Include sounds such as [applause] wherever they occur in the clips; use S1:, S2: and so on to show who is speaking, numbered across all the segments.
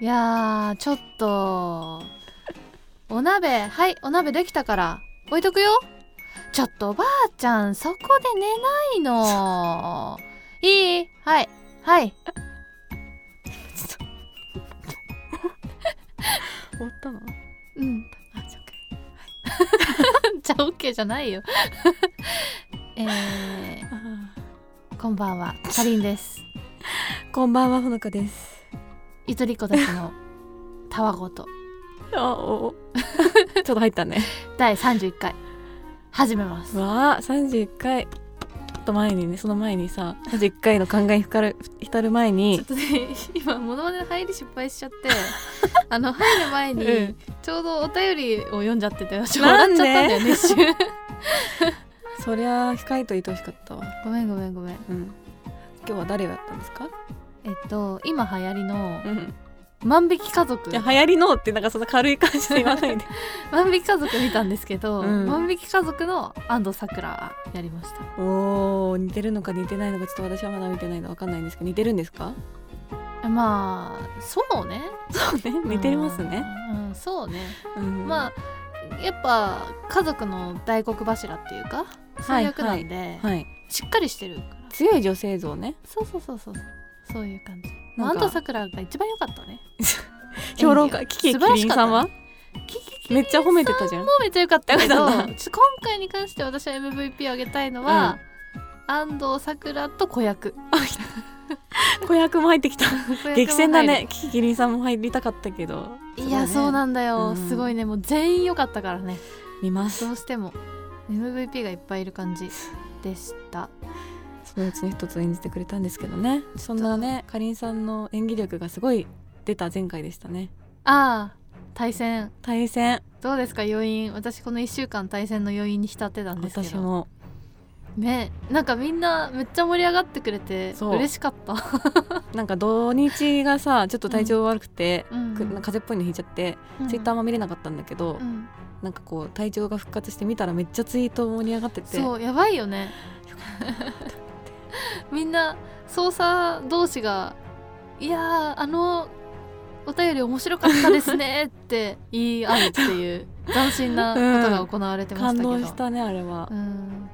S1: いやーちょっとお鍋はいお鍋できたから置いとくよちょっとおばあちゃんそこで寝ないのいいはいはい
S2: 終わったの
S1: うん
S2: あそっか
S1: じゃあ OK じゃない [laughs] よえ
S2: あ
S1: ー、こんばんはかりんです
S2: ーこんばんはほのかです
S1: ゆとり子たちのたわごと
S2: あお [laughs] ちょっと入ったね
S1: 第31回始めます
S2: わあ31回ちょっと前にねその前にさ31回の考えに浸る浸る前
S1: ちょっ
S2: に
S1: とね今モノマネの入り失敗しちゃって
S2: [laughs]
S1: あの入る前に、
S2: うん
S1: ちょうどお便りを読んじゃってて私
S2: な
S1: 笑
S2: ん
S1: っ
S2: で
S1: ちゃったんだよね一瞬
S2: [laughs] [laughs] そりゃ控えといてほしかったわ
S1: ごめんごめんごめん
S2: うん今日は誰をやったんですか
S1: えっと今流行りの
S2: うん
S1: 万引き家族
S2: いや流行りのってなんかそんな軽い感じで言わ [laughs] ないで
S1: 万引き家族見たんですけど、
S2: うん
S1: 万引き家族の安藤サクラやりました
S2: おー似てるのか似てないのかちょっと私はまだ見てないのわかんないんですけど似てるんですか
S1: えまあそうね
S2: そうね似てますね、
S1: うん、うんそうね、
S2: うん
S1: まあやっぱ家族の大黒柱っていうかそういう役なんで、
S2: はい
S1: しっかりしてるから
S2: 強い女性像ね
S1: そうそうそうそうそういう感じま
S2: な
S1: あ
S2: ん
S1: 安
S2: か
S1: 藤サクラが一番良かったね
S2: 評論家キキキリンさんは
S1: キキキリ
S2: め
S1: ン
S2: っちゃ褒めてたじゃん
S1: もめっちゃ良かったけどちょ
S2: よ
S1: っ
S2: かっ
S1: と
S2: たな
S1: 今回に関して私は MVP をあげたいのは、安藤サクラと子役
S2: 子役も入ってきた
S1: 子役も入る
S2: 激戦だねキキキリンさんも入りたかったけど
S1: いやそうなんんだよ、
S2: うん
S1: すごいねもう全員良かったからね
S2: 見ます
S1: どうしても MVP がいっぱいいる感じでした
S2: そのうちの一つを演じてくれたんですけどねそんなねかりんさんの演技力がすごい出た前回でしたね
S1: ああ対戦
S2: 対戦
S1: どうですか余韻私この1週間対戦の余韻に浸ってたんですけど
S2: 私も
S1: ねなんかみんなめっちゃ盛り上がってくれて
S2: そう
S1: 嬉しかった、
S2: なんか土日がさちょっと体調悪くて、
S1: うん
S2: くなんか風邪っぽいのひいちゃって、ツイッターも見れなかったんだけど、
S1: うん
S2: なんかこう体調が復活して見たらめっちゃツイート盛り上がってて
S1: そうやばいよねみんな操作同士が「いやーあのお便り面白かったですね」って言い合うっていう斬新なことが行われてまし
S2: 感
S1: たけど、
S2: 動したねあれは
S1: う、ん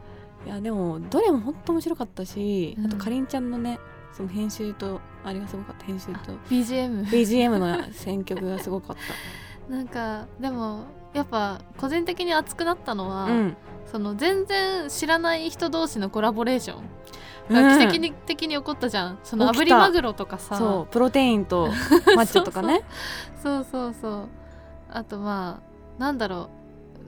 S2: いやでもどれも本当面白かったし、
S1: うん
S2: あとかりんちゃんのねその編集とあれがすごかった編集と
S1: BGM
S2: BGM の選曲がすごかっ
S1: なんかでもやっぱ個人的に熱くなったの
S2: た [laughs]
S1: は、
S2: うん
S1: その全然知らない人同士のコラボレーションが奇跡
S2: うん
S1: に的に起こったじゃんその
S2: 起
S1: 炙
S2: きた
S1: りマグロとかさ
S2: そうプロテイン [laughs] とマッチョとかね
S1: そうそうそうあとまあなんだろ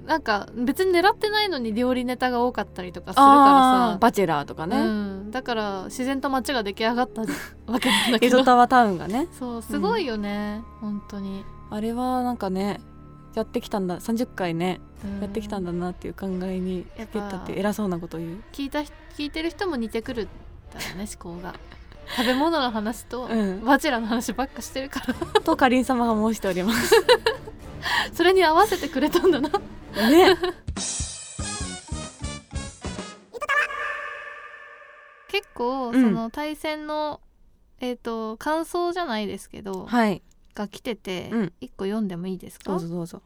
S1: うなんか別に狙ってないのに料理ネタが多かったりとかする
S2: あー
S1: か
S2: バチェラーとから
S1: さ、う
S2: ね
S1: ん、だから自然と街が出来上がったわけなんだ
S2: 江
S1: け
S2: [laughs] 戸
S1: ど
S2: タワータウンがね
S1: そうすごいよね、本当に、
S2: あれはなんかねやってきたんだ30回ねやってきたん
S1: だ
S2: だなっていう考えに
S1: やっ
S2: ふ
S1: ぱ
S2: けったって偉そうなこと言う
S1: 聞いた人聞いてる人も似てくるだよね思考が食べ物の話と、
S2: うん
S1: バチェラの話ばっかしてるから
S2: とかりん様が申しております
S1: それに合わせてくれたんだな
S2: [laughs] ね
S1: 結構
S2: うん
S1: その対戦の、えっ、と感想じゃないですけど、
S2: はい
S1: が来てて、
S2: うん
S1: 一個読んでもいいです
S2: ど
S1: か
S2: うぞどうぞ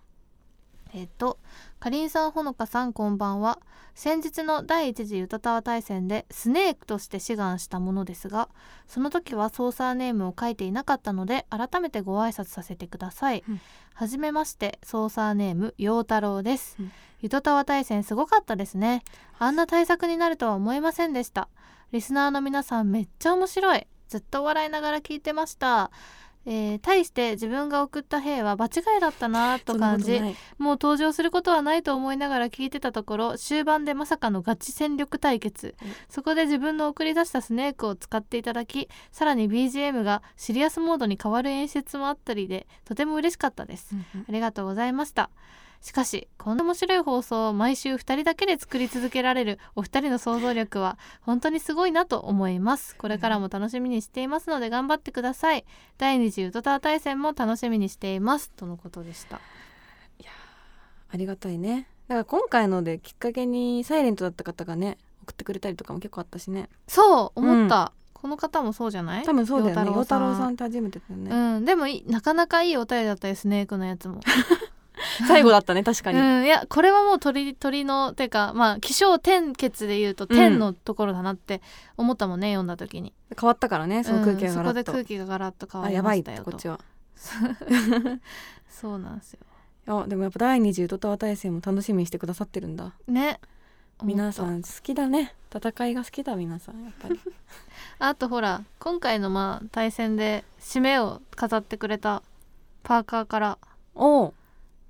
S1: えっ、と「かりんさんほのかさんこんばんは先日の第一次ゆたたわ大戦でスネークとして志願したものですがその時はソーサーネームを書いていなかったので改めてご挨拶させてください、
S2: うん
S1: はじめましてソーサーネーム陽太郎です、
S2: うん
S1: ゆとたわ大戦すごかったですねあんな対策になるとは思いませんでしたリスナーの皆さんめっちゃ面白いずっと笑いながら聞いてましたえー、対して自分が送った兵は場違いだったなぁと感
S2: そん
S1: じ
S2: なことない
S1: もう登場することはないと思いながら聞いてたところ終盤でまさかのガチ戦力対決
S2: うん
S1: そこで自分の送り出したスネークを使っていただきさらに BGM がシリアスモードに変わる演出もあったりでとても嬉しかったです
S2: うん
S1: ありがとうございましたしかしこんな面白い放送を毎週2人だけで作り続けられるお二人の想像力は本当にすごいなと思いますこれからも楽しみにしていますので頑張ってください第二次ウトター対戦も楽しみにしていますとのことでした
S2: ありがたいねだから今回のできっかけにサイレントだった方がね送ってくれたりとかも結構あったしね
S1: そう思った、この方もそうじゃない
S2: 多分そうだよね
S1: 陽太
S2: 陽太
S1: 郎
S2: 郎
S1: さ
S2: さ
S1: ん
S2: んって初めてだよね、
S1: うんでもいいなかなかいいお便りだったよスネークのやつも
S2: 最後だったね確かに、
S1: うんいやこれはもう鳥鳥のてかまあ気象転結で言うと天のところだなって思ったもんね、読んだ時に
S2: 変わったからねその空気がガラ
S1: うんそ
S2: ッと、
S1: こで空気がガラッと変わ
S2: あ
S1: り
S2: や
S1: ま
S2: ばい
S1: し
S2: ったて
S1: よ
S2: ことっちは
S1: そう [laughs] なんですよ
S2: あでもやっぱ第二次ウトタワ大戦も楽しみにしてくださってるんだ
S1: ね
S2: 皆さ
S1: 思っ
S2: ん好きだね戦いが好きだ皆さんやっ
S1: [laughs]
S2: ぱり
S1: たあとほら今回のまあ対戦で締めを飾ってくれたパーカーから
S2: おお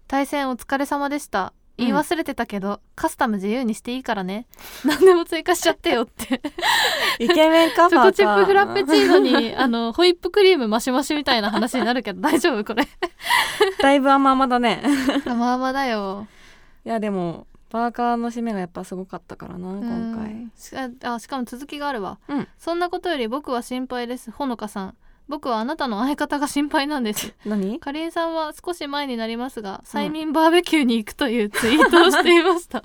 S1: 対戦お疲れ様でした
S2: うん
S1: 言い忘れてたけど、カスタム自由にしていいからね [laughs] 何でも追加しちゃってよ
S2: [laughs]
S1: って
S2: イケメンか
S1: チョコチップフラペチ
S2: ー
S1: ーノ
S2: [laughs]
S1: にあのホイップクリームマシマシみたいな話になるけど大丈夫こ
S2: [laughs]
S1: れ
S2: だいぶ甘々だね [laughs]
S1: まあまあだよ
S2: いやでもバーカーの締めがやっぱすごかったからな今回
S1: 回しあしかも続きがあるわ、
S2: うん
S1: そんなことより僕は心配ですほのかさん僕はあなたの相方が心配なん
S2: [laughs]
S1: です
S2: 何
S1: かりんさんは少し前になりますが催眠バーベキューに行くというツイートをしていま
S2: [laughs]
S1: した、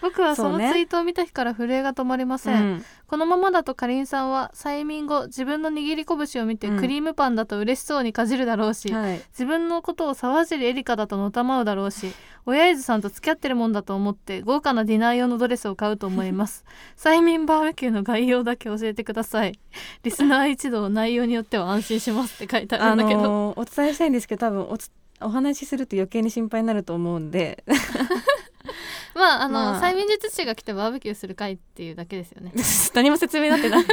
S1: 僕はその
S2: そう
S1: ツイ
S2: ね
S1: ートを見た日から震えが止まりません、
S2: うん
S1: このままだとかりんさんは催眠後自分の握り拳を見て
S2: うん
S1: クリームパンだと嬉しそうにかじるだろうし、 [laughs]
S2: はい
S1: 自分のことを沢尻エリカだとのたまうだろうし [laughs] 親伊豆さんと付き合ってるもんだと思って豪華なディナー用のドレスを買うと思います
S2: [laughs]
S1: 催眠バーベキューの概要だけ教えてくださいリスナー一同内容によっては安心しますって書いてある
S2: あ
S1: んだけど、
S2: のーお伝えしたいんですけど多分おつお話しすると余計に心配になると思う
S1: [laughs]
S2: んで
S1: まああの、
S2: まあ
S1: 催眠術師が来てバーベキューする会っていうだけですよね
S2: 何も説明になってない [laughs]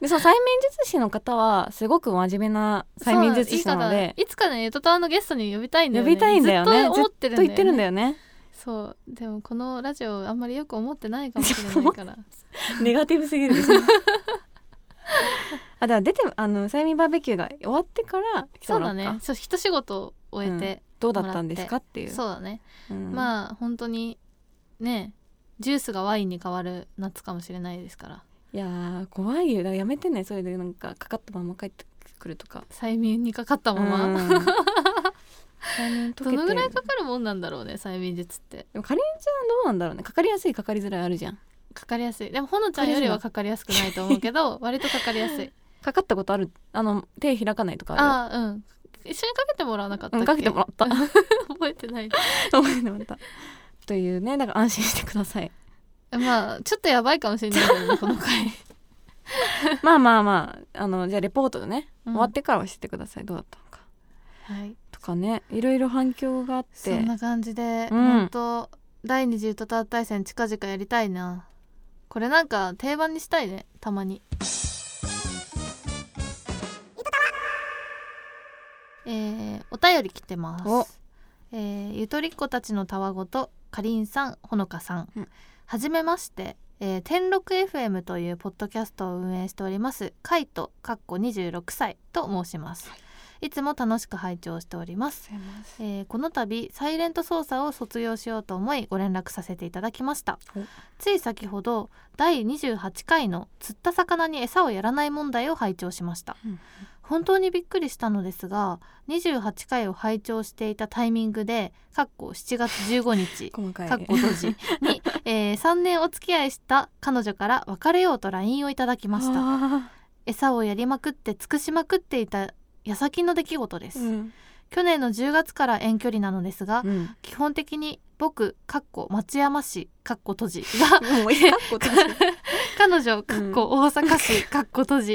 S2: でその催眠術師の方はすごく真面目な催眠術師なの
S1: そういい
S2: で
S1: 方いつかねゆとたわのゲストに呼びたいんだよ
S2: 呼
S1: ね
S2: びたいんだよね
S1: ずっと思ってるんだよ、ね、
S2: ずっと言ってるんだよね
S1: そうでもこのラジオあんまりよく思ってないかもしれないから
S2: [laughs]
S1: [laughs]
S2: ネガティブすぎるです [laughs] あ、だから出てあの催眠バーベキューが終わってから来て
S1: そう
S2: もら
S1: だ
S2: おうか
S1: ねそう一仕事を終えて、
S2: どうだったんですかっていう
S1: そうだね、
S2: うん
S1: まあ本当にねジュースがワインに変わる夏かもしれないですから
S2: いやー怖いよだからやめてねそれでなんかかかったまま帰ってくるとか
S1: 催眠にかかったま
S2: う
S1: ま、
S2: ん催眠解
S1: [laughs] ど
S2: けて
S1: のぐらいかかるもんなんだろうね催眠術って
S2: でもかりんちゃんどうなんだろうねかかりやすいかかりづらいあるじゃん
S1: かかりやすいでもほのちゃんよりはかかりやすくないと思うけど割とかかり
S2: [laughs]
S1: やすい
S2: かかったことあるあの手開かないとかあ
S1: ああうん一緒にかけてもらわなかった
S2: る
S1: っ
S2: う
S1: け、
S2: んかけてもらった
S1: [laughs] 覚えてない
S2: 覚えてもらったというねだから安心してください [laughs]
S1: まあちょっとやばいかもしれないけどねこの回、
S2: まあまあまああのじゃあレポートでね、
S1: うん
S2: [laughs] 終わってから教えてくださいどうだったのか
S1: はい、
S2: とかねいろいろ反響があっ
S1: そ
S2: て
S1: んな感じで、
S2: うん
S1: 本当第二次歌タ大戦近々やりたいなこれなんか定番にしたいねたまにえー、お便り来てま
S2: お
S1: す、えーゆとりっ子たちのたわごとかりんさんほのかさん、
S2: うん
S1: はじめまして、えー、天禄 FM というポッドキャストを運営しておりますカイトかっこ26歳と申します、いつも楽しく拝聴しておりますえーこの度サイレント捜査を卒業しようと思いご連絡させていただきました
S2: お
S1: つい先ほど第28回の釣った魚に餌をやらない問題を拝聴しました、
S2: うん
S1: 本当にびっくりしたのですが28回を拝聴していたタイミングでかっこ7月15日
S2: 細かい
S1: かっこ閉じ
S2: [laughs]
S1: に、え3年お付き合いした彼女から別れようと LINE をいただきました
S2: あ
S1: 餌をやりまくって尽くしまくっていた矢先の出来事です、
S2: ーうん
S1: 去年の10月から遠距離なのですが、
S2: うん
S1: 基本的に僕かっこ松山市かっこ閉じが
S2: [laughs] もういいかっこ閉
S1: 彼女かっこ大阪市かっこ閉じ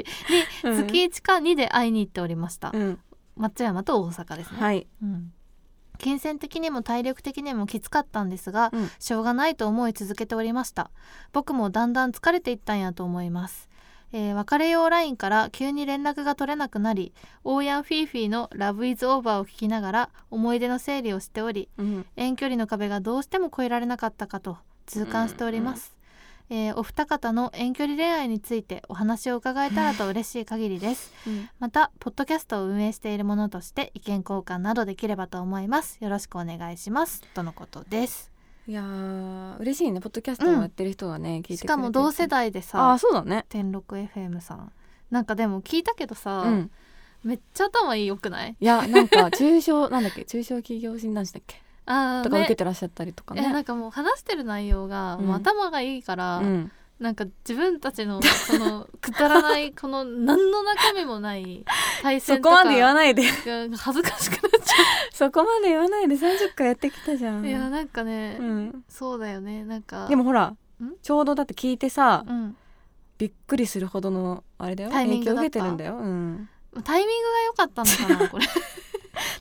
S1: [laughs]
S2: じうん
S1: 月1か2で会いに行っておりました、
S2: うん
S1: 松山と大阪ですね、
S2: はい
S1: うん金銭的にも体力的にもきつかったんですが、
S2: うん
S1: しょうがないと思い続けておりました僕もだんだん疲れていったんやと思います、えー別れよう LINE から急に連絡が取れなくなりオーヤンフィーフィーの「Love is Over」を聞きながら思い出の整理をしており
S2: うん
S1: 遠距離の壁がどうしても越えられなかったかと痛感しております、えーお二方の遠距離恋愛についてお話を伺えたらと嬉しい限りですまたポッドキャストを運営しているものとして意見交換などできればと思いますよろしくお願いしますとのことです
S2: いやー嬉しいねポッドキャストもやってる人がね、聞いてくれて
S1: しかも同世代で
S2: ああ
S1: さ
S2: ーそうだね
S1: 天禄 FM さんなんかでも聞いたけどさ、
S2: うん
S1: めっちゃ頭いいよくない
S2: いやなんか中小なんだっけ中小企業診断士だっけ
S1: あー
S2: とか受け
S1: ね
S2: てらっしゃったりとか
S1: えな
S2: ね
S1: んかもう話してる内容が、もう
S2: うん
S1: 頭がいいから、
S2: うん
S1: なんか自分たちのそ
S2: [laughs]
S1: のくだらないこの何の中身もない対
S2: そ
S1: 戦と
S2: こ
S1: か
S2: まで言わないで [laughs]
S1: が恥ずかしくなっちゃ
S2: そこまで言わないで30回やってきたじゃ
S1: う。
S2: ん
S1: いやなんかね、
S2: うん、
S1: そうだよねなんか
S2: でもほら
S1: ん
S2: ちょうどだって聞いてさ
S1: うん、
S2: びっくりするほどのあれだよ
S1: タイミング
S2: 影響
S1: だ
S2: 受
S1: った
S2: けてるんだよ、うん、
S1: タイミングが良かったの
S2: [laughs]
S1: かなこれ、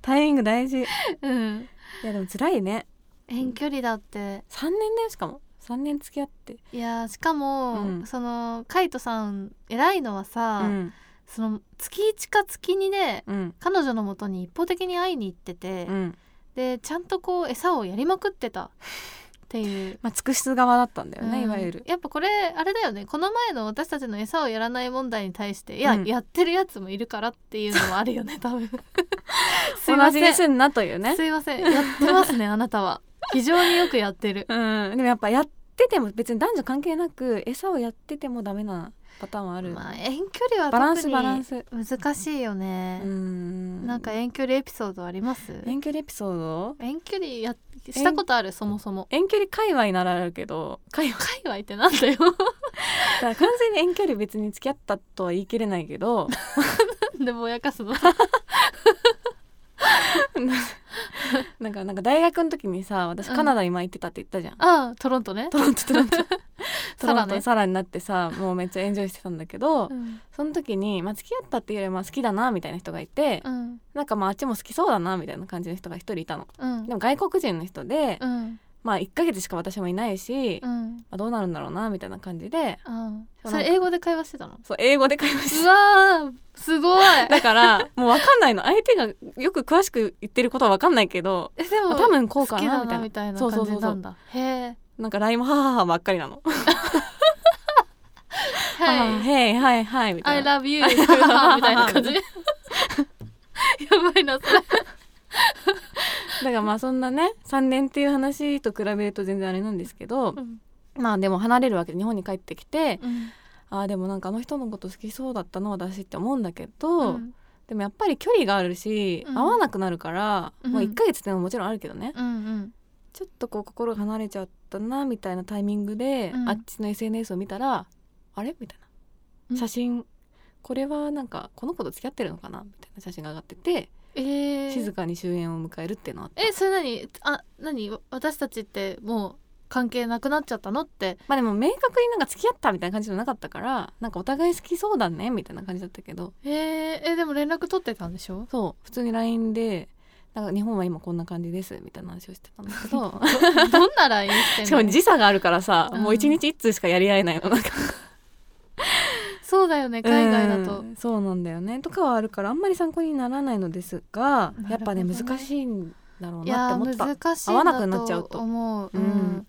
S2: タイミング大事い
S1: うん、
S2: やでも辛いね
S1: 遠距離だって
S2: 3年だよしかも3年付き合って
S1: いやしかも、
S2: うん
S1: そのカイトさん偉いのはさ、
S2: うん
S1: その月1か月2で
S2: うん
S1: 彼女のもとに一方的に会いに行ってて、
S2: うん
S1: でちゃんとこう餌をやりまくってたっていう
S2: まあ尽くし側だったんだよね、
S1: うん
S2: いわゆる
S1: やっぱこれあれだよねこの前の私たちの餌をやらない問題に対していや、
S2: うん
S1: やってるやつもいるからっていうのもあるよ
S2: [laughs]
S1: ね多分すい
S2: 同
S1: ま
S2: じ
S1: せ
S2: に
S1: ん、
S2: すんなというね
S1: すいませんやってますねあなたは非常によくやってる
S2: うん、でもやっぱやってても別に男女関係なく餌をやっててもダメなパターンはある、
S1: まあ遠距離は
S2: バラン
S1: 特
S2: ス
S1: に
S2: バランス
S1: 難しいよね
S2: う、ん
S1: なんか遠距離エピソードあります
S2: 遠距離エピソード
S1: 遠距離やしたことあるそもそも
S2: 遠距離界隈ならあるけど界隈
S1: 界隈ってなんだよ [laughs]
S2: だから完全に遠距離別に付き合ったとは言い切れない
S1: [laughs]
S2: けど
S1: なんでぼやかす
S2: [laughs]
S1: の
S2: なんかなんか大学の時にさ私
S1: うん
S2: カナダ今行ってたって言ったじゃん、
S1: ああトロントね
S2: トロント
S1: [laughs]
S2: トロントト
S1: サ
S2: ロ
S1: ラ
S2: ント
S1: ね
S2: のサラになってさもうめっちゃエンジョイしてたんだけど、
S1: うん
S2: その時に、まあ、付き合ったっていうよりはまあ好きだなみたいな人がいて、
S1: うん
S2: なんかまああっちも好きそうだなみたいな感じの人が一人いたの。
S1: うん
S2: でも外国人の人で、
S1: うん
S2: まあ1ヶ月しか私もいないし、
S1: う
S2: ま
S1: ん
S2: あどうなるんだろうなみたいな感じで
S1: うん
S2: そう
S1: それ
S2: なんか
S1: 英語で会話してたの
S2: そう英語で会話し
S1: う
S2: て
S1: わーすごい
S2: [laughs] だからもう分かんないの相手がよく詳しく言ってることは分かんないけど
S1: [laughs] えでも
S2: まあ多分こ
S1: 好
S2: うか
S1: き
S2: な
S1: だ
S2: みた
S1: ないみたい
S2: な
S1: な
S2: そう
S1: 感
S2: そうそ
S1: じ
S2: うそ
S1: なん
S2: う
S1: だへえ
S2: なんか LINE も「はははは」ばっかりなの「は
S1: はい
S2: [laughs] へいはいはい」みた
S1: I
S2: いな
S1: love you みたいな感じやばいなそれ
S2: だからまあそんなね3年っていう話と比べると全然あれなんですけど
S1: うん
S2: まあでも離れるわけで日本に帰ってきて
S1: うん
S2: ああでもなんかあの人のこと好きそうだったな私って思うんだけど、
S1: うん
S2: でもやっぱり距離があるし、
S1: うん
S2: 会わなくなるから、
S1: うん
S2: もう1ヶ月でももちろんあるけどね、
S1: うん
S2: ちょっとこう心が離れちゃったなみたいなタイミングで、
S1: うん
S2: あっちの SNS を見たらあれみたいうなん写真これはなんかこの子と付き合ってるのかなみたいな写真が上がってて、
S1: えー
S2: 静かに終焉を迎えるっていうのはあった
S1: えそれ何あ何私たちってもう関係なくなっちゃったのって
S2: まあでも明確になんか付き合ったみたいな感じじゃなかったからなんかお互い好きそうだねみたいな感じだったけど
S1: えー、えでも連絡取ってたんでし
S2: [laughs]
S1: ょ
S2: そう普通に LINE で「なんか日本は今こんな感じです」みたいな話をしてたんだけ
S1: [laughs]
S2: ど。
S1: どどんな LINE してんの
S2: しかも時差があるからさ、
S1: うん
S2: もう一日一通しかやり合えないのなんか
S1: そうだよね海外だと、
S2: うんそうなんだよねとかはあるからあんまり参考にならないのです
S1: なる
S2: が、
S1: ほどね
S2: やっぱね難しいんだろう
S1: い
S2: な
S1: や
S2: って思った
S1: ー難しい
S2: 合わなくなっちゃうと
S1: 思う、うん
S2: うん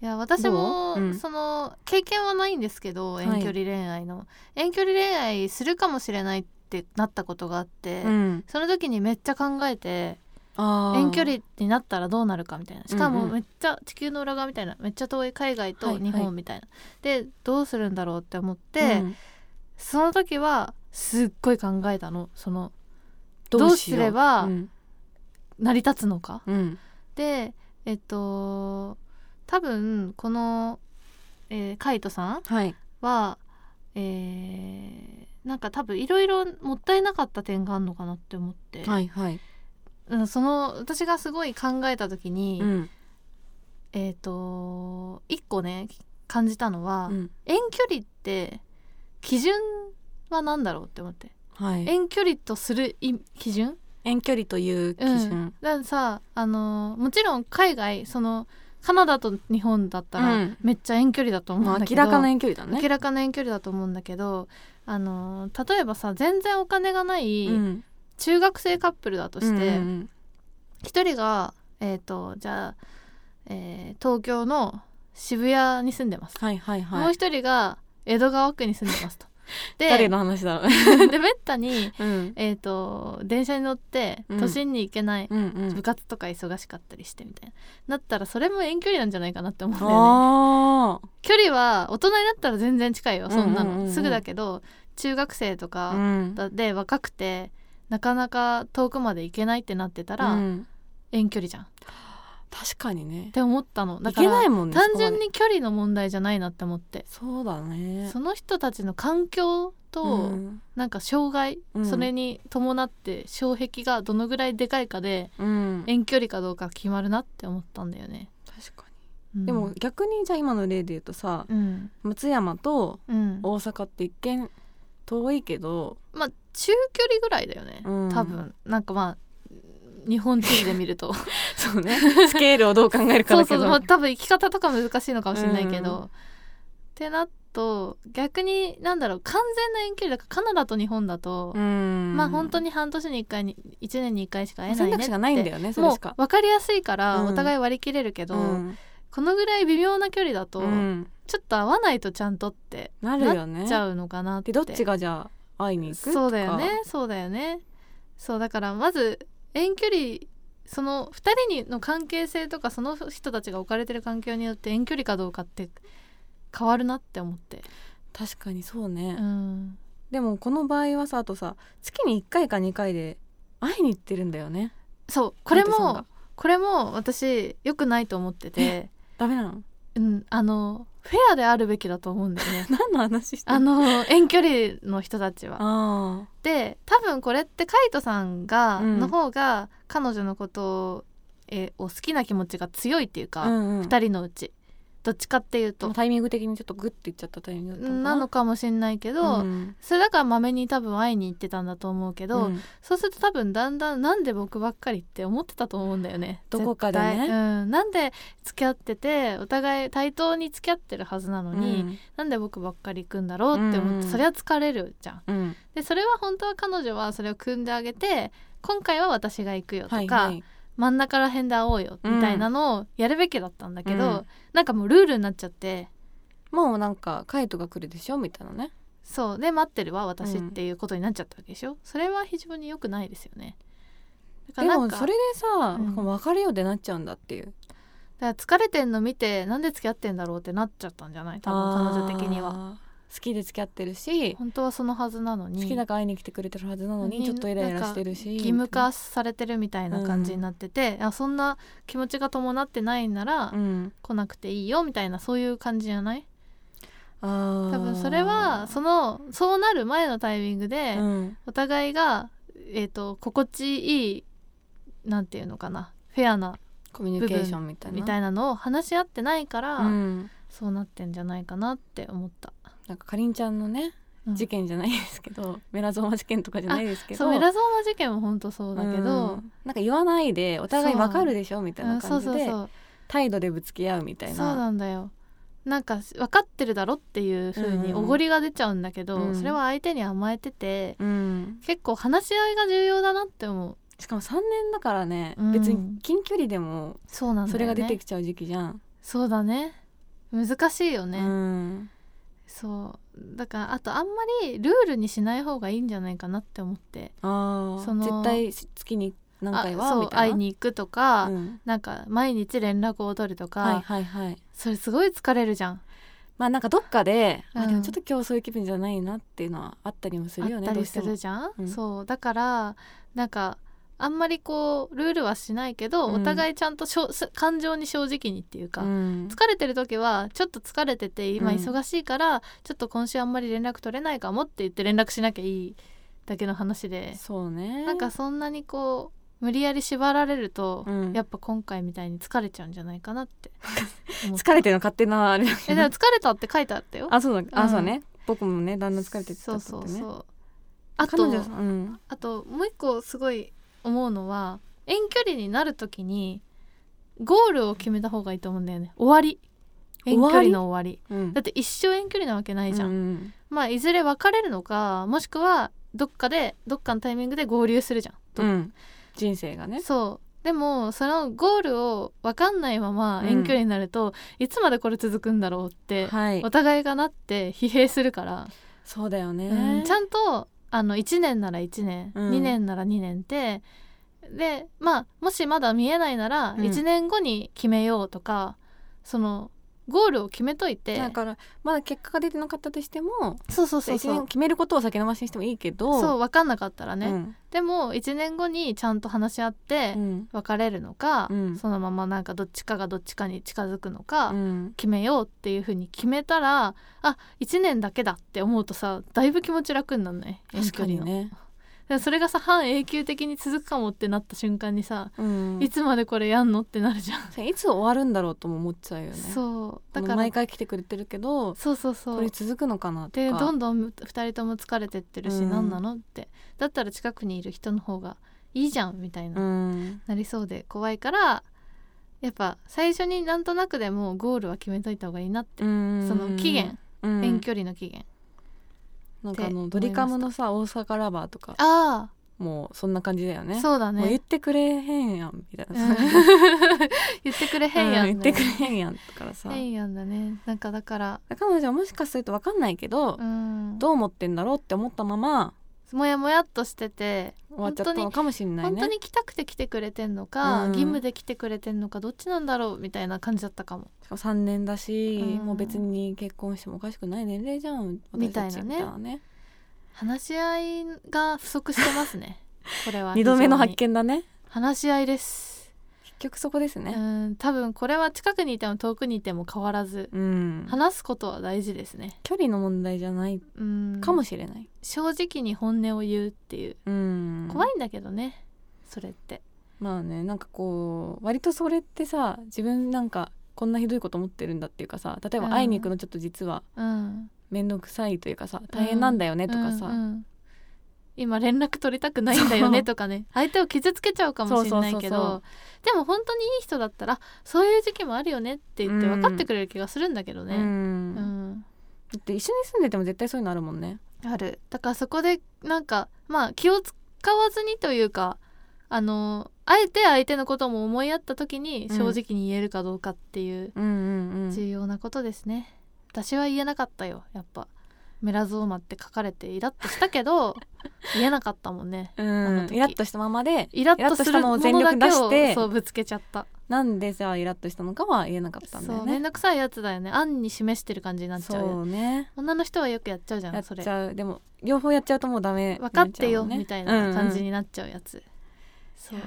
S1: いや私も、
S2: どううん
S1: その経験はないんですけど
S2: はい
S1: 遠距離恋愛の、遠距離恋愛するかもしれないってなったことがあって、
S2: うん、
S1: その時にめっちゃ考えて
S2: あー
S1: 遠距離になったらどうなるかみたいなしか
S2: うん
S1: も
S2: うん
S1: めっちゃ地球の裏側みたいなめっちゃ遠い海外
S2: はい
S1: と
S2: はい
S1: 日本みたいな、でどうするんだろうって思って、
S2: うん
S1: その時はすっごい考えたのその
S2: ど
S1: ど
S2: う
S1: うす
S2: しよう
S1: れば
S2: うん
S1: 成り立つのか、
S2: うん
S1: でえっと多分この、えーカイトさん
S2: はい
S1: は、えーなんか多分いろいろもったいなかった点があるのかなって思って、
S2: はいはい、
S1: うん、その私がすごい考えた時に、
S2: うん
S1: えっ、と一個ね感じたのは、
S2: うん
S1: 遠距離って基準は何だろうって思って
S2: はい、
S1: 遠距離とするい基準
S2: 遠距離という基
S1: う
S2: 準
S1: ん、だからさあのーもちろん海外そのカナダと日本だったら、
S2: うん
S1: めっちゃ遠距離だと思
S2: ま
S1: う
S2: あ
S1: んだけ
S2: 明
S1: ど、
S2: らかな遠距離だね
S1: 明らかな遠距離だと思うんだけどあのー例えばさ全然お金がない
S2: うん
S1: 中学生カップルだとし
S2: うんう
S1: て
S2: ん
S1: 一、人がえっ、とじゃあ、えー東京の渋谷に住んでます、
S2: はいはい
S1: も
S2: は
S1: う
S2: い
S1: 一人が江戸川区に住んでます
S2: [laughs]
S1: と。
S2: 誰
S1: で
S2: の話だろう
S1: [laughs] でめったに、
S2: うん
S1: えー、と電車に乗って
S2: うん
S1: 都心に行けない
S2: うんう
S1: 部
S2: ん
S1: 活とか忙しかったりしてみたいななったらそれも遠距離なんじゃないかなって思うんだよね
S2: あー
S1: 距離は大人になったら全然近いよそんなの、
S2: うんうんうんうん
S1: すぐだけど中学生と
S2: う
S1: か
S2: ん
S1: だで若くてなかなか遠くまで行けないってなってたら
S2: うん
S1: 遠距離じゃん、
S2: 確かにね
S1: て思ったのだ
S2: い
S1: か
S2: けな
S1: ら
S2: いもんね
S1: 単純
S2: そこ
S1: に距離の問題じゃないなって思って
S2: までそうだね
S1: その人たちの環境と
S2: うん
S1: なんか障害、
S2: うん
S1: それに伴って障壁がどのぐらいでかいかで
S2: うん
S1: 遠距離かどうか決まるなって思ったんだよね。
S2: 確かに
S1: うん
S2: でも逆にじゃあ今の例で言うとさ
S1: うん、
S2: 松山と
S1: うん、
S2: 大阪って一見遠いけど
S1: まあ中距離ぐらいだよね、
S2: うん
S1: 多分なんかまあ日本地図で見ると
S2: [laughs] そうねスケールをどう考えるか
S1: そう
S2: だけ
S1: そう、
S2: ど
S1: まあ、多分生き方とか難しいのかもしれないけど、
S2: うん
S1: ってなると逆になんだろう完全な遠距離だからカナダと日本だと、
S2: うん
S1: まあ本当に半年に1回に1年に1回しか会えない
S2: 選
S1: ねっ
S2: 択
S1: て
S2: 肢がないんだよねそれ
S1: もう
S2: しか
S1: 分かりやすいから
S2: うん
S1: お互い割り切れるけど、
S2: うん
S1: このぐらい微妙な距離だと、
S2: うん
S1: ちょっと合わないとちゃんとって
S2: なるよね
S1: ちゃうのかなって
S2: でどっちがじゃあ会いに行くとか
S1: そうだよねそうだよねそうだからまず遠距離その2人にの関係性とかその人たちが置かれてる環境によって遠距離かどうかって変わるなって思って
S2: 確かにそう
S1: う
S2: ね、
S1: ん
S2: でもこの場合はさあとさ月に1回か2回で会いに行ってるんだよね
S1: そうこれ
S2: ナイトさん
S1: も
S2: が
S1: これも私良くないと思ってて [laughs]
S2: ダメなの
S1: うんあのフェアであるべきだと思うんだよ
S2: [laughs]
S1: ね
S2: 何の話して
S1: あ
S2: の
S1: の遠距離の人たちは
S2: あ
S1: で多分これってカイトさんが、
S2: うん
S1: の方が彼女のことを,、えーを好きな気持ちが強いっていう
S2: あ
S1: か、
S2: う
S1: 二
S2: んうん
S1: 2人のうちどっちかっていうと、
S2: タイミング的にちょっとグッていっちゃったタイミングだった
S1: なのかもしれないけど、
S2: うん
S1: それだからまめに多分会いに行ってたんだと思うけど、
S2: うん
S1: そうすると多分だんだんなんで僕ばっかりって思ってたと思うんだよね
S2: どこかでね
S1: 絶対うん、なんで付き合っててお互い対等に付き合ってるはずなのに、なんで僕ばっかり行くんだろうって思って、
S2: うんうん
S1: それは疲れるじゃん。
S2: うんうん
S1: でそれは本当は彼女はそれを組んであげて今回は私が行くよとか、
S2: はいはい
S1: 真ん中ら辺で会おうよみたいなのをやるべきだったんだけど、
S2: うん
S1: なんかもうルールになっちゃって
S2: もうなんかカイトが来るでしょみたいなね
S1: そうで待ってるわ私っ
S2: うん
S1: ていうことになっちゃったわけでしょ、それは非常に良くないですよね。だか
S2: で
S1: らな
S2: も
S1: んか
S2: それでさ、
S1: うん
S2: 別れようでなっちゃうんだっていう
S1: だから疲れてんの見てなんで付き合ってんだろうってなっちゃったんじゃない多分彼女的には。
S2: あー好きで付き合ってるし
S1: 本当はそのはずなの
S2: 好
S1: に
S2: きだから会いに来てくれてるはずなの
S1: に
S2: にちょっとイライラしてるし
S1: 義務化されてるみたいな感じになってて、あそんな気持ちが伴ってないなら、
S2: うん
S1: 来なくていいよみたいなそういう感じじゃない
S2: 多
S1: 多分それはそのそうなる前のタイミングで、
S2: うん
S1: お互いが、えー、と心地いいなんていうのかなフェアな
S2: コミュニケーションみたいな
S1: みたいなのを話し合ってないから、
S2: うん、
S1: そうなってんじゃないかなって思った。
S2: なんかかりんちゃんのね
S1: うん
S2: 事件じゃないですけど、 [laughs] メラゾーマ事件とかじゃないですけど
S1: そうメラゾーマ事件も本当そうだけ
S2: う
S1: ど、
S2: んなんか言わないでお互いわかるでしょみたい
S1: うん
S2: な
S1: そう
S2: 感
S1: そ
S2: じ
S1: う
S2: で
S1: そう
S2: 態度でぶつけ合うみたい
S1: そう
S2: な
S1: なんだよなんか分かってるだろっていう風に
S2: うん
S1: おごりが出ちゃうんだけど、
S2: うん
S1: それは相手に甘えてて
S2: うん
S1: 結構話し合いが重要だなって思う
S2: しかも3年だからね、
S1: うん
S2: 別に近距離でも
S1: そうなんだよね
S2: それが出てきちゃう時期じゃん、
S1: そうだね難しいよね、
S2: うん
S1: そうだからあとあんまりルールにしない方がいいんじゃないかなって思って
S2: あ
S1: そ
S2: あ
S1: の
S2: 絶対月に何回
S1: あ
S2: は
S1: そう
S2: みたいな
S1: 会いに行くとか、
S2: うん
S1: なんか毎日連絡を取るとか、
S2: はいはいはい
S1: それすごい疲れるじゃん
S2: まあなんかどっかで、
S1: うん
S2: あでもちょっと今日そういう気分じゃないなっていうのはあったりもするよね
S1: あった
S2: どう
S1: り
S2: して
S1: す
S2: も
S1: るじゃん、
S2: うん
S1: そうだからなんかあんまりこうルールはしないけど、
S2: うん
S1: お互いちゃんとしょす感情に正直にっていうか、
S2: うん
S1: 疲れてる時はちょっと疲れてて今
S2: うん
S1: 忙しいから、ちょっと今週あんまり連絡取れないかもって言って連絡しなきゃいいだけの話で
S2: そうね
S1: なんかそんなにこう無理やり縛られると、
S2: うん
S1: やっぱ今回みたいに疲れちゃうんじゃないかなって思った
S2: 疲れてるの勝手なあれだけ
S1: え
S2: ど
S1: でも疲れたって書いてあったよ
S2: あそうだ、
S1: う
S2: あ
S1: ん
S2: そうね僕もね旦那疲れてって
S1: そ
S2: 言
S1: う
S2: っちゃ
S1: そ
S2: った
S1: う
S2: ってね
S1: そうあと
S2: 彼女さんうん
S1: あともう一個すごい思うのは遠距離になるときにゴールを決めた方がいいと思うんだよね終わり遠距離の終わり
S2: うん
S1: だって一生遠距離なわけないじゃん、
S2: うん
S1: まあいずれ別れるのかもしくはどっかでどっかのタイミングで合流するじゃん、
S2: うんうん人生がね
S1: そうでもそのゴールを分かんないまま遠距離になると、いつまでこれ続くんだろうって、
S2: はい
S1: お互いがなって疲弊するから、
S2: そうだよね、
S1: うんちゃんとあの1年なら1年、
S2: うん
S1: 2年なら2年ってでまあもしまだ見えないなら
S2: うん
S1: 1年後に決めようとか、そのゴールを決めといて
S2: だからまだ結果が出てなかったとしても
S1: そうそうそう
S2: 一
S1: そ
S2: 年
S1: う
S2: 決めることを先延ばしにしてもいいけど
S1: そう分かんなかったらね、
S2: うん
S1: でも1年後にちゃんと話し合って
S2: うん
S1: 別れるのか、
S2: うん
S1: そのままなんかどっちかがどっちかに近づくのか、
S2: うん
S1: 決めようっていう風に決めたらあ1年だけだって思うとさだいぶ気持ち楽になんない
S2: 確かに
S1: 遠距離の
S2: ね、
S1: でもそれがさ半永久的に続くかもってなった瞬間にさ、
S2: うん、
S1: いつまでこれやんのってなるじゃん、
S2: いつ終わるんだろうとも思っちゃうよね
S1: そうだ
S2: だ
S1: か
S2: からら毎回来てくれてるけど
S1: そうそうそ
S2: こ
S1: う
S2: れ続くのかなと
S1: で
S2: か
S1: どんどん2人とも疲れてってるし、
S2: うん
S1: 何なのってだったら近くにいる人の方がいいじゃんみたいな、
S2: うん
S1: なりそうで怖いからやっぱ最初になんとなくでもゴールは決めといた方がいいなって、
S2: うん
S1: その期限、
S2: うん
S1: 遠距離の期限
S2: なんかあ
S1: っ
S2: の
S1: て思
S2: ド
S1: いました
S2: リカムのさ大阪ラバーとか
S1: あ
S2: もうそんな感じだよ
S1: あ、
S2: ね
S1: そうだ
S2: もう言っ
S1: ね
S2: てくれへんやんみたい
S1: うん
S2: [laughs] な、
S1: 言ってくれへんやん、ね
S2: うん言ってくれへんやんだからさ
S1: 変やんだねなんかだから
S2: 彼女はもしかすると分かんないけど、
S1: うん
S2: どう思ってんだろうって思ったまま
S1: もやもやっとしてて
S2: 終わっちゃったのかもしれない
S1: 本
S2: ね
S1: 当に来たくて来てくれてんのか、
S2: うん
S1: 義務で来てくれてんのかどっちなんだろうみたいな感じだったかも
S2: しかも3年だし、
S1: うん
S2: もう別に結婚してもおかしくない年齢じゃん
S1: み
S2: 私
S1: たい
S2: た
S1: なね
S2: ちみたいなね
S1: 話し合いが不足してます
S2: [laughs]
S1: ねこれは
S2: 二度目の
S1: 非常に
S2: 発見だね
S1: 話し合いです
S2: 結局そこです
S1: う
S2: ね
S1: ん多分これは近くにいても遠くにいても変わらず
S2: うん、
S1: 話すことは大事ですね
S2: 距離の問題じゃない
S1: うん
S2: かもしれない、
S1: 正直に本音を言うっていう、
S2: うん
S1: 怖
S2: い
S1: いんだけどねそれって
S2: まあねなんかこう割とそれってさ自分なんかこんなひどいこと思ってるんだっていうかさ例え
S1: う
S2: ば
S1: ん
S2: 会いに行くのちょっと実は
S1: うん
S2: 面倒くさいというかさ大変なんだよねとかさ、
S1: うんうん今連絡取りたくないんだよねとかね相手を傷つけちゃうかもしれないけど
S2: そうそうそう
S1: でも本当にいい人だったらそういう時期もあるよねって言って分かってくれる気がするんだけど
S2: う
S1: ね、うん
S2: んだって一緒に住んでても絶対そういうのあるもんね
S1: あるだからそこでなんかまあ気を使わずにというかあのあえて相手のことも思いやった時に
S2: うん
S1: 正直に言えるかどうかっていう
S2: うんうん
S1: 重要なことですね、私は言えなかったよやっぱメラゾーマって書かれてイラッとしたけ
S2: [laughs]
S1: ど言えなかったもんねあの時
S2: イラッとしたままで
S1: イラ
S2: イ
S1: ッ
S2: ラ
S1: と
S2: ッ
S1: す
S2: とし
S1: る
S2: た
S1: もの
S2: のを
S1: だけ
S2: 全力出
S1: を
S2: して
S1: そうぶつけちゃった
S2: なんでじゃあイラッとしたのかは言えなかったんだ
S1: そ
S2: よ
S1: うめん
S2: ね
S1: どくさいやつだよね案に示してる感じになっちゃうよ
S2: そうね
S1: 女の人はよくやっちゃうじゃ
S2: や
S1: ん
S2: っ
S1: それ
S2: ちゃうでも両方やっちゃうともうダメ
S1: 分かってよ、
S2: にな
S1: み
S2: っち
S1: た
S2: ゃう
S1: い
S2: もんね
S1: な感じ
S2: うん
S1: になっちゃうやつ、そう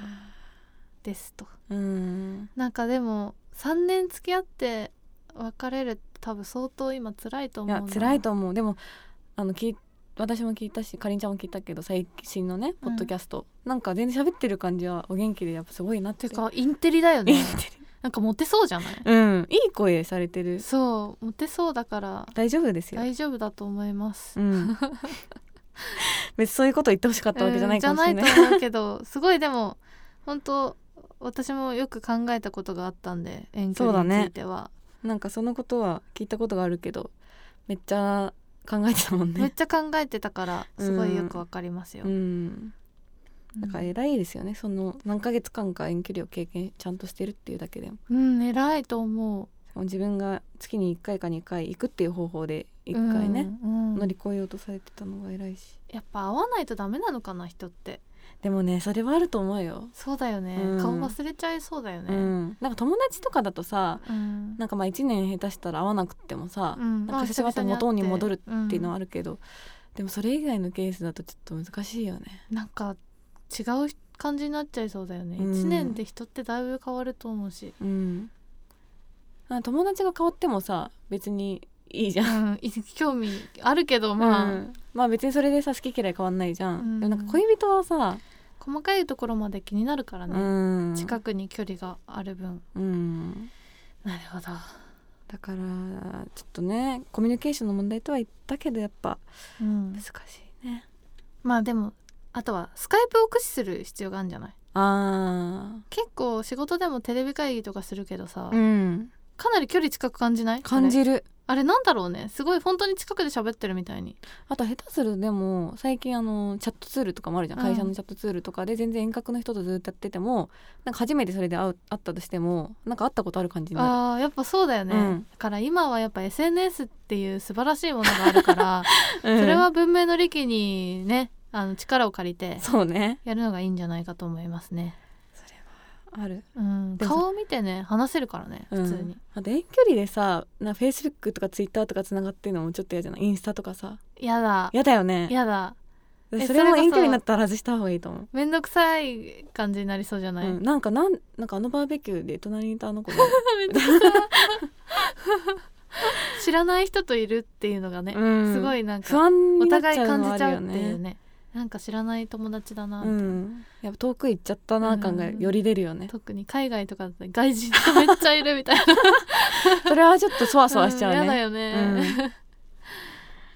S1: ですと
S2: うん
S1: なんかでも3年付き合って別れるって多分相当今辛いと
S2: い
S1: 思う
S2: や
S1: な
S2: 辛いと思うでもあの聞い私も聞いたしかりんちゃんも聞いたけど最新のねポッドキャスト、なんか全然喋ってる感じはお元気でやっぱすごいなって
S1: て
S2: [laughs]
S1: かインテリだよね
S2: インテ
S1: なんかモテそうじゃない
S2: うん [laughs] いい声されてる
S1: そうモテそうだから
S2: 大丈夫ですよ、
S1: 大丈夫だと思います [laughs]
S2: う、ん別にそういうこと言ってほしかったわけじゃないかもしれ
S1: うん
S2: な
S1: じ
S2: い,、
S1: ゃないと思うけどすごいでも本当私もよく考えたことがあったんで遠距離については、
S2: なんかそのことは聞いたことがあるけどめっちゃ考えてたもん
S1: めっ
S2: ね
S1: ちゃ考えてたからすごいよくわかりますよ、
S2: うんだから
S1: うん
S2: 偉いですよねその何ヶ月間か遠距離を経験ちゃんとしてるっていうだけでも
S1: うん偉いと思う
S2: 自分が月に1回か2回行くっていう方法で1回ね、、
S1: うんうん
S2: 乗り越えようとされてたのが偉いし
S1: やっぱ会わないとダメなのかな人って
S2: でもねそれはあると思うよ、
S1: そうだよね、
S2: うん
S1: 顔忘れちゃいそうだよ
S2: う
S1: ね
S2: ん、なんか友達とかだとさ
S1: うん
S2: なんかまあ1年下手したら会わなくってもさ、
S1: うん
S2: なんか久々に元に戻るっていうのは
S1: は、
S2: あるけど、でもそれ以外のケースだとちょっと難しいよね
S1: うんなんか違う感じになっちゃいそうだよね、一
S2: うん
S1: 年で人ってだいぶ変わると思うし、
S2: うんあ友達が変わってもさ別にいいじゃ、
S1: うんん、い興味あるけどまあ、
S2: [laughs] まあ、まあ別にそれでさ好き嫌い変わんないじゃん、
S1: うん
S2: でもなんか恋人はさ、
S1: 細かいところまで気になるからね、
S2: うん
S1: 近くに距離がある分
S2: うん
S1: なるほど、
S2: だからちょっとねコミュニケーションの問題とは言ったけどやっぱ
S1: うん
S2: 難しいね
S1: まあでもあとはスカイプを駆使する必要があるんじゃない
S2: あ
S1: 結構仕事でもテレビ会議とかするけどさ、
S2: あうん
S1: かなり距離近く感じない
S2: 感
S1: あれ
S2: じる
S1: あれなんだろうねすごい本当に近くで喋ってるみたいに
S2: あと下手するとでも最近あのチャットツールとかもあるじゃん、
S1: うん
S2: 会社のチャットツールとかで全然遠隔の人とずっとやっててもなんか初めてそれで会う会ったとしてもなんか会ったことある感じになる
S1: あーやっぱそうだよね、
S2: うん
S1: だから今はやっぱ SNS っていう素晴らしいものがあるから [laughs]
S2: うん
S1: それは文明の利器にねあの力を借りて
S2: そうね
S1: やるのがいいんじゃないかと思いますね
S2: ある
S1: うん、
S2: でもさ
S1: 顔を見てね話せるからね普通
S2: う
S1: に
S2: ん、、あと遠距離でさなフェイスブックとかツイッターとかつながってるのもちょっと嫌じゃないインスタとかさ
S1: やだ
S2: 嫌だよね
S1: やだえ
S2: それも
S1: それこそ
S2: 遠距離になったら外した方がいいと思う、
S1: めんどくさい感じになりそうじゃない、
S2: うん、なんかなんなんかあのバーベキューで隣にいたあの子が、
S1: 知らない人といるって [laughs] いうのがね、
S2: うん
S1: すごいなん
S2: 不
S1: か
S2: 安
S1: お
S2: になっ
S1: 互
S2: ち
S1: い
S2: ゃう
S1: 感
S2: のはあ
S1: じち
S2: る
S1: ゃう
S2: よ
S1: っていう
S2: ね
S1: ねなんか知らない友達だな、
S2: うん、やっぱ遠く行っちゃったな感が
S1: うん
S2: より出るよね、
S1: 特に海外とかだって外人とめっちゃいるみたいな
S2: それはちょっとそわそわしちゃうね、
S1: んやだよね、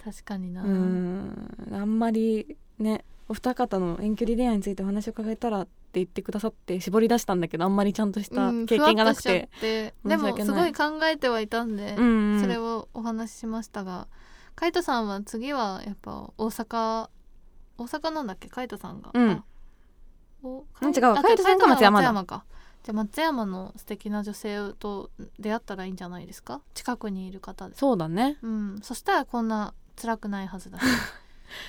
S1: 確かにな、
S2: うん、あんまりねお二方の遠距離恋愛についてお話を伺えたらって言ってくださって絞り出したんだけどあんまりちゃんとした
S1: うん
S2: 経験がなく
S1: ふわっとし
S2: て
S1: ちゃって
S2: 申し
S1: で
S2: 訳ない
S1: もすごい考えてはいたんで、
S2: うんうん
S1: それをお話ししましたがカイトさんは次はやっぱ大阪大阪なんだっけカイトさんが、
S2: うん
S1: あお
S2: うん違う
S1: あ
S2: カイトさんが
S1: カ
S2: 松山だ
S1: イトさんが松山かじゃあ松山の素敵な女性と出会ったらいいんじゃないですか近くにいる方で
S2: そうだね
S1: うんそしたらこんな辛くないはず
S2: [laughs]
S1: だし、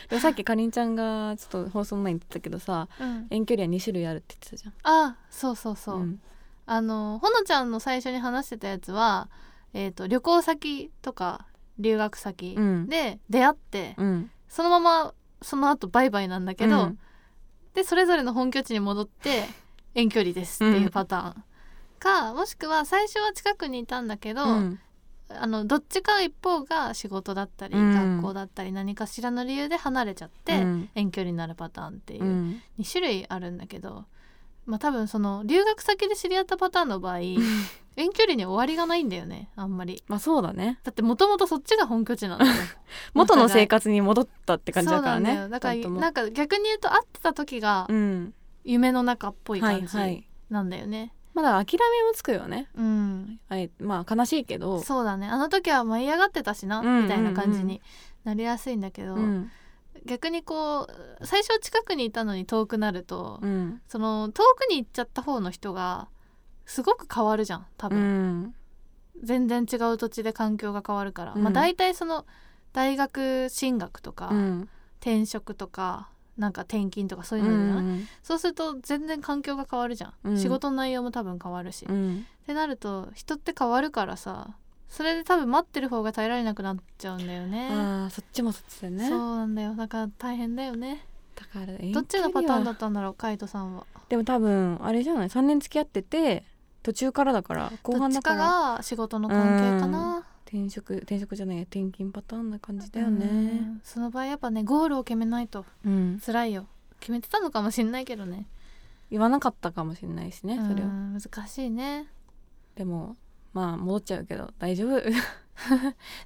S2: で
S1: [laughs]
S2: もさっきかりんちゃんがちょっと放送前に言ってたけどさ
S1: うん
S2: 遠距離は2種類あるって言ってたじゃん
S1: あそうそうそう、
S2: ん
S1: あのほのちゃんの最初に話してたやつは、えー、と旅行先とか留学先
S2: うん
S1: で出会って、
S2: うん
S1: そのままその後バイバイなんだけど、
S2: うん
S1: でそれぞれの本拠地に戻
S2: [laughs]
S1: って遠距離ですっていうパターン、かもしくは最初は近くにいたんだけど、
S2: うん
S1: あのどっちか一方が仕事だったり、
S2: うん
S1: 学校だったり何かしらの理由で離れちゃって、
S2: うん
S1: 遠距離になるパターンっていう
S2: う、ん
S1: 2種類あるんだけど、まあ、多分その留学先で知り合ったパターンの
S2: [laughs]
S1: 場合遠距離に終わりがないんだよねあんまり
S2: まあそうだね
S1: だってもともとそっちが本拠地なんだよ
S2: 元の生
S1: っ
S2: 活に戻ったっ
S1: て
S2: て感じだからね
S1: そうなんだよだか
S2: 二人
S1: ら
S2: とも
S1: なんか逆に言うと会ってた時が
S2: うん
S1: 夢の中っぽい
S2: は
S1: 感
S2: い
S1: じ
S2: はい
S1: なんだよね、
S2: まだ諦めもつくよね
S1: うん
S2: あえまあ悲しいけど
S1: そうだねあの時は舞い上がってたしな、
S2: うんうんうん
S1: みたいな感じになりやすいんだけど、
S2: うん
S1: 逆にこう最初は近くにいたのに遠くなると、
S2: うん
S1: その遠くに行っちゃった方の人がすごく変わるじゃん多
S2: う
S1: 分、
S2: ん
S1: 全然違う土地で環境が変わるから、
S2: うん
S1: まあ大体その大学進学とか、
S2: うん
S1: 転職とかなんか転勤とかそういう
S2: う
S1: のじゃない、
S2: ん
S1: そうすると全然環境が変わるじゃん、
S2: うん
S1: 仕事の内容も多分変わるし、
S2: う
S1: っ
S2: ん
S1: てなると人って変わるからさそれで多分待ってる方が耐えられなくなっちゃうんだよね
S2: ああそっちもそっちだよね
S1: そうなんだよだから大変だよね
S2: だから遠距離は
S1: どっちがパターンだったんだろうカイトさんは
S2: でも多分あれじゃない3年付き合ってて途中からだから後
S1: どっ
S2: 半
S1: ち
S2: だ
S1: か
S2: から
S1: が仕事の関係かな
S2: 転職転職じゃないや転勤パターンな感じだよね
S1: うんその場合やっぱねゴールを決めないと
S2: うん、
S1: 辛いよ決めてたのかもしんないけどね
S2: 言わなかったかもしれないしねそれ
S1: う
S2: は
S1: ん難しいね
S2: でもまあ戻っちゃうけど大丈夫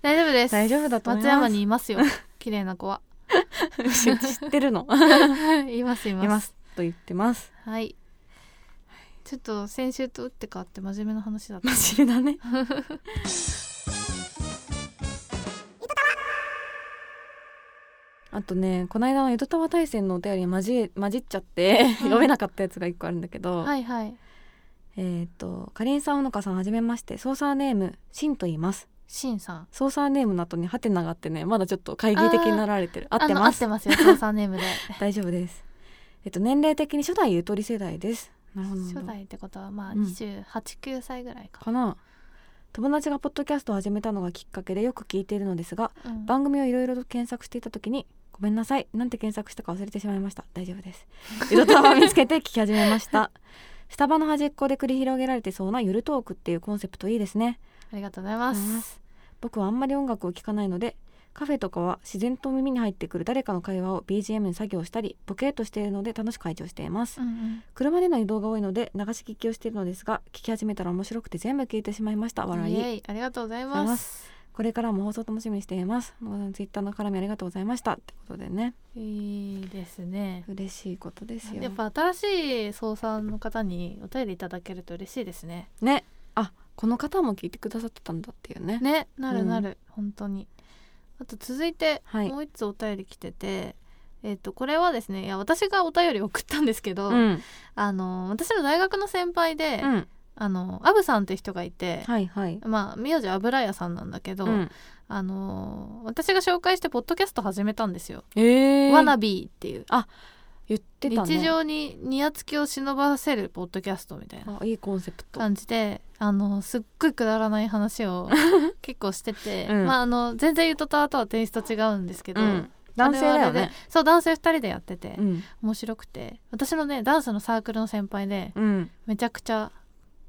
S1: 大丈夫です
S2: [laughs] 大丈夫だと思い
S1: 松
S2: ます
S1: 山にいますよ綺麗な子は [laughs]
S2: 知ってるの
S1: いますいます
S2: [laughs] いますと言ってます
S1: はいちょっと先週と打って変わって真面目な話だった
S2: 真面目だ [laughs] ねあとねこの間の江戸川大戦のお便りに混じ混じっちゃって、読めなかったやつが一個あるんだけど、
S1: はいはい
S2: えっ、と、かりんさん、おのかさん、はじめまして、ソーサーネーム、しんと言います。
S1: シンさん
S2: ソーサーネームの後にハテナがあってね、まだちょっと会議的になられてる。合って
S1: あの合
S2: ま
S1: って
S2: す。
S1: ますよ父さんネー [laughs] ムで
S2: 大丈夫です。えっと、年齢的に初代ゆとり世代です。なるほど。なるほ
S1: 初
S2: ど
S1: 代ってことはまあ
S2: うん
S1: 289、9歳ぐらいか、
S2: かな。友達がポッドキャストを始めたのがきっかけでよく聞いているのですが、
S1: うん
S2: 番組をいろいろと検索していた時に、ごめんなさい。なんて検索したか忘れてしまいました。大丈夫です。江戸川を見つけて聞き始めました。 [laughs] スタバの端っこで繰り広げられてそうなゆるトークっていうコンセプトいいですね。
S1: ありがとうございます
S2: 僕はあんまり音楽を聴かないのでカフェとかは自然と耳に入ってくる誰かの会話を BGM に作業したりボケーっとしているので楽しく拝聴しています、
S1: うんうん
S2: 車での移動が多いので流し聞きをしているのですが聞き始めたら面白くて全部聞いてしまいました笑
S1: イ
S2: い
S1: エイありがとうございます
S2: これからも放送楽しみにしていますツイッターの絡みありがとうございましたってことでね
S1: いいですね
S2: 嬉しいことですよ
S1: やっぱ新しい操作の方にお便りいただけると嬉しいですね
S2: ねあこの方も聞いてくださってたんだっていうね
S1: ねなるなる、本当にあと続いて
S2: はい
S1: もう一つお便り来てて、えっとこれはですねいや私がお便り送ったんですけど、
S2: うん、
S1: あの私の大学の先輩で、
S2: うん、
S1: あのアブさんって人がいて、
S2: はいはい
S1: まあ名字油屋さんなんだけど、
S2: うん
S1: あの私が紹介してポッドキャスト始めたんですよ。
S2: えー
S1: ワナビーっていう
S2: 言ってたね
S1: 日常ににやつきを忍ばせるポッドキャストみたいな
S2: あいいコンセプト
S1: 感じであのすっごいくだらない話
S2: [laughs]
S1: を結構してて、
S2: うん
S1: まああの全然ゆとたわとはテイスト違うんですけど、
S2: うん男性だ
S1: あれは
S2: よ
S1: あれで
S2: ね
S1: そう男性2人でやってて、
S2: うん
S1: 面白くて私のねダンスのサークルの先輩で
S2: うん
S1: めちゃくちゃ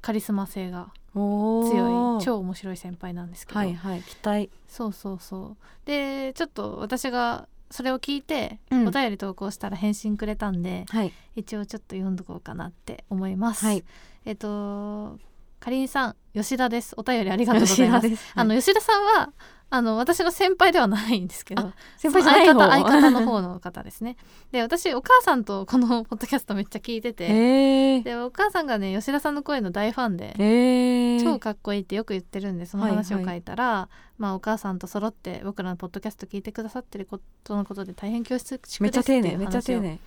S1: カリスマ性が
S2: お
S1: 強
S2: ー
S1: い超面白い先輩なんですけど、
S2: はいはい期待
S1: そうそうそうでちょっと私がそれを聞いて、
S2: うん
S1: お便り投稿したら返信くれたんで
S2: はい
S1: 一応ちょっと読んどこうかなって思います、
S2: はい
S1: えっとかりんさん吉田ですお便りありがとうございます
S2: です
S1: あの吉田さんはあの私の先輩ではないんですけど
S2: 先輩じゃない
S1: そ
S2: 方
S1: の相方相方の方の方ですねで私お母さんとこのポッドキャストめっちゃ聞いてて、
S2: [laughs] へえ
S1: でお母さんがね吉田さんの声の大ファンで、
S2: へえ
S1: 超かっこいいってよく言ってるんでその話を書いたら、まあお母さんと揃って僕らのポッドキャスト聞いてくださってることのことで大変恐縮です
S2: めっちゃ丁
S1: ってい
S2: 寧
S1: う
S2: めっちゃ
S1: 話
S2: 丁
S1: を
S2: 寧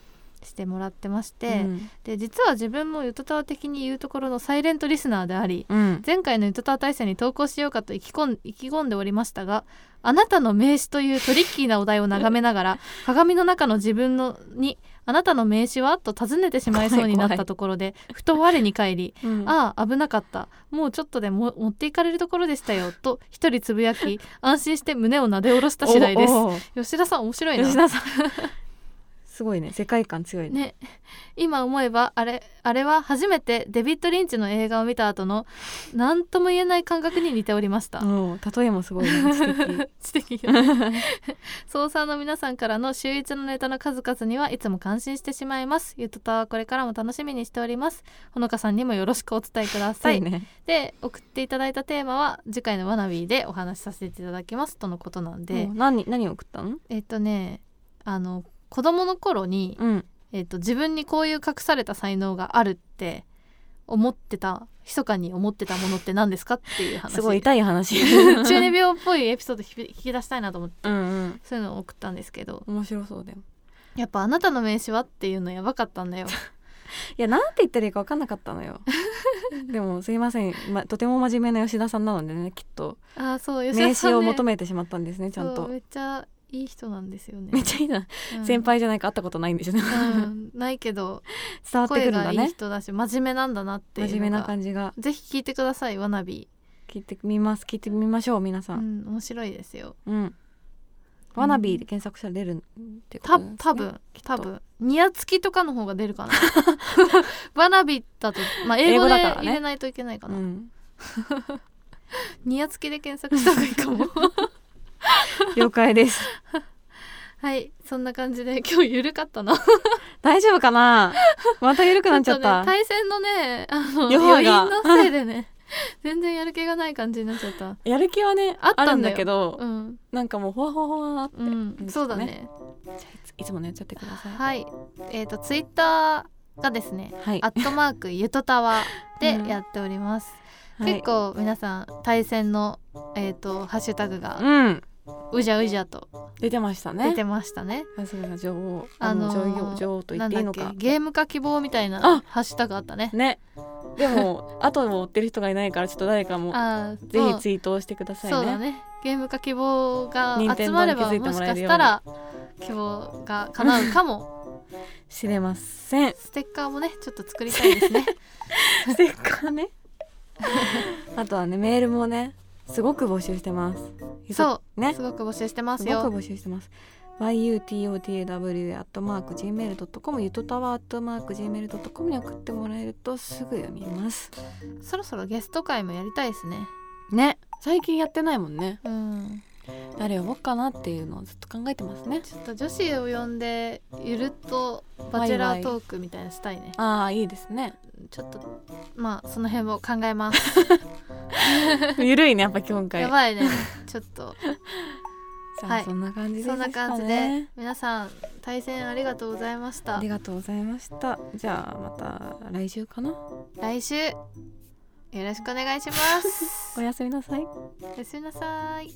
S1: してもらってまして、
S2: うん
S1: で実は自分もゆとたわ的に言うところのサイレントリスナーであり
S2: うん
S1: 前回のゆとたわ大戦に投稿しようかと意気込ん意気込んでおりましたがあなたの名刺というトリッキーなお題を眺めながら [laughs] 鏡の中の自分のにあなたの名刺はと尋ねてしまいそうになっ
S2: 怖い怖
S1: た
S2: い
S1: ところで [laughs] ふと我に返り
S2: うん
S1: ああ危なかったもうちょっとでも持っていかれるところでしたよと一人つぶやき安心して胸をなで下ろした次第です
S2: おお
S1: 吉田さん面白い
S2: 吉
S1: な
S2: 田さん [laughs] すごいね世界観強いね
S1: ね今思えばあれあれは初めてデビッド・リンチの映画を見た後の何とも言えない感覚に似ておりました
S2: おお例えもすごい
S1: [laughs]
S2: ね素敵
S1: 知的
S2: [laughs]
S1: よね捜査の皆さんからの秀逸のネタの数々にはいつも感心してしまいますゆとたはこれからも楽しみにしておりますほのかさんにもよろしくお伝えくださ
S2: はいいね
S1: で送っていただいたテーマは次回の「わなび」でお話しさせていただきますとのことなんで、
S2: お何何を送ったの
S1: えっとねあの子供の頃に、
S2: うん
S1: えっと、自分にこういう隠された才能があるって思ってた密かに思ってたものって何ですかっていう話
S2: すごい痛い話
S1: [laughs] 中
S2: [laughs]
S1: 二病っぽいエピソードひび引き出したいなと思って
S2: うんうん
S1: そういうのを送ったんですけど
S2: 面白そうだよ
S1: やっぱ「あなたの名刺は?」っていうのやばかったんだよ。
S2: いやなんて言ったらいいか分かんなかったのよ [laughs] でもすいません、ま、とても真面目な吉田さんなのでねきっと
S1: [laughs] あーそう吉
S2: 名
S1: 田さ
S2: 刺
S1: ん、
S2: を
S1: ね、
S2: 求めてしまったんですねちゃん
S1: そう
S2: と
S1: めっちゃいい人なんですよね。
S2: めっちゃいいな、
S1: うん
S2: [laughs] 先輩じゃないか会ったことないんでしょ、ね
S1: うん、ないけど
S2: [laughs] 伝わってくる
S1: 声
S2: んだ
S1: がいい
S2: ね
S1: 人だし真面目なんだなっていうの
S2: 真
S1: が
S2: 面目な感じが
S1: ぜひ聞いてくださいわなび、
S2: 聞いてみます聞いてみましょう皆
S1: う
S2: さん
S1: ん、面白いですよ
S2: うん、わなびで検索したら出るってこと
S1: た
S2: なんですね
S1: 多分
S2: きっと
S1: 多分ニヤつきとかの方が出る
S2: [laughs]
S1: かなわなびだと、まあ、英
S2: 英
S1: 語
S2: 語
S1: で
S2: だからね
S1: 入れないといけないか
S2: う
S1: な、
S2: ん、
S1: ニヤつきで検索した方がいいかも
S2: [laughs] 了解です
S1: [laughs] はいそんな感じで今日緩かったな
S2: 大丈夫かなまた緩くなっちゃっ
S1: ちょと
S2: た
S1: ね、対戦のねあの
S2: 余
S1: 余
S2: 波が
S1: 韻のせいでね [laughs] 全然やる気がない感じになっちゃった
S2: やる気はね
S1: あ
S2: あ
S1: ったんだよ
S2: るんだけど、
S1: うん
S2: なんかもうほわほわほわって、
S1: う
S2: い [laughs]
S1: ん、
S2: です
S1: そ
S2: かね
S1: うだね
S2: つものやっちゃってください
S1: はいえっ、とツイッターがですね
S2: はい
S1: アットマークゆとたわ
S2: う
S1: で
S2: ん
S1: やっております。
S2: はい
S1: 結構皆さん対戦のえっ、とハッシュタグが
S2: うん
S1: うじゃうじゃと
S2: 出てましたね
S1: 出てましたね。
S2: さすが女王
S1: あ
S2: あ
S1: の
S2: の
S1: ー
S2: 女王女王と言
S1: な
S2: っ
S1: ん
S2: て
S1: だ
S2: いい
S1: っ
S2: の
S1: け
S2: か
S1: ゲーム化希望みたいな
S2: あ
S1: ハッシュタグあったね。
S2: ねでも後を追ってる人がいないからちょっと誰かも
S1: あー
S2: ぜ
S1: そ
S2: ひ
S1: う
S2: ツイートをしてくださいね
S1: そうだね。ゲーム化希望が
S2: 任天
S1: 集
S2: 堂
S1: まれば
S2: に気づいて
S1: もし
S2: もら
S1: か
S2: える
S1: し
S2: ように
S1: たら希望が叶うか
S2: [laughs]
S1: も。
S2: 知れませ [laughs] ん
S1: ステッカーもねちょっと作りたい
S2: [laughs]
S1: ですね。
S2: ステッカーねあとはねメールもねすごく募集してます
S1: そう
S2: ね
S1: すごく募集してますす
S2: ごく
S1: よ。
S2: 募集してます。yutotaw.gmail.com ゆとたわ .gmail.com に送ってもらえるとすぐ読みます。
S1: そろそろゲスト会もやりたいですね。
S2: ね。最近やってないもんね。
S1: うん。
S2: 誰呼ぼうかなっていうのをずっと考えてますね。
S1: ちょっと女子を呼んでゆるっとバチェラートークみたいなしたいね
S2: ああ、いいですね。 [laughs]
S1: ちょっとまあその辺も考えます
S2: ゆるいね、やっぱ今回。
S1: やばい
S2: [laughs]
S1: ねちょっと
S2: じゃあ、
S1: はい
S2: そんな感じで
S1: そ
S2: す
S1: ん
S2: かね。
S1: な感じで皆さん対戦ありがとうございまし
S2: あ
S1: た
S2: りがとうございました。じゃあ、また来週かな。
S1: 来週よろしくお願いします
S2: [laughs] おやすみなさい。
S1: おやすみなさい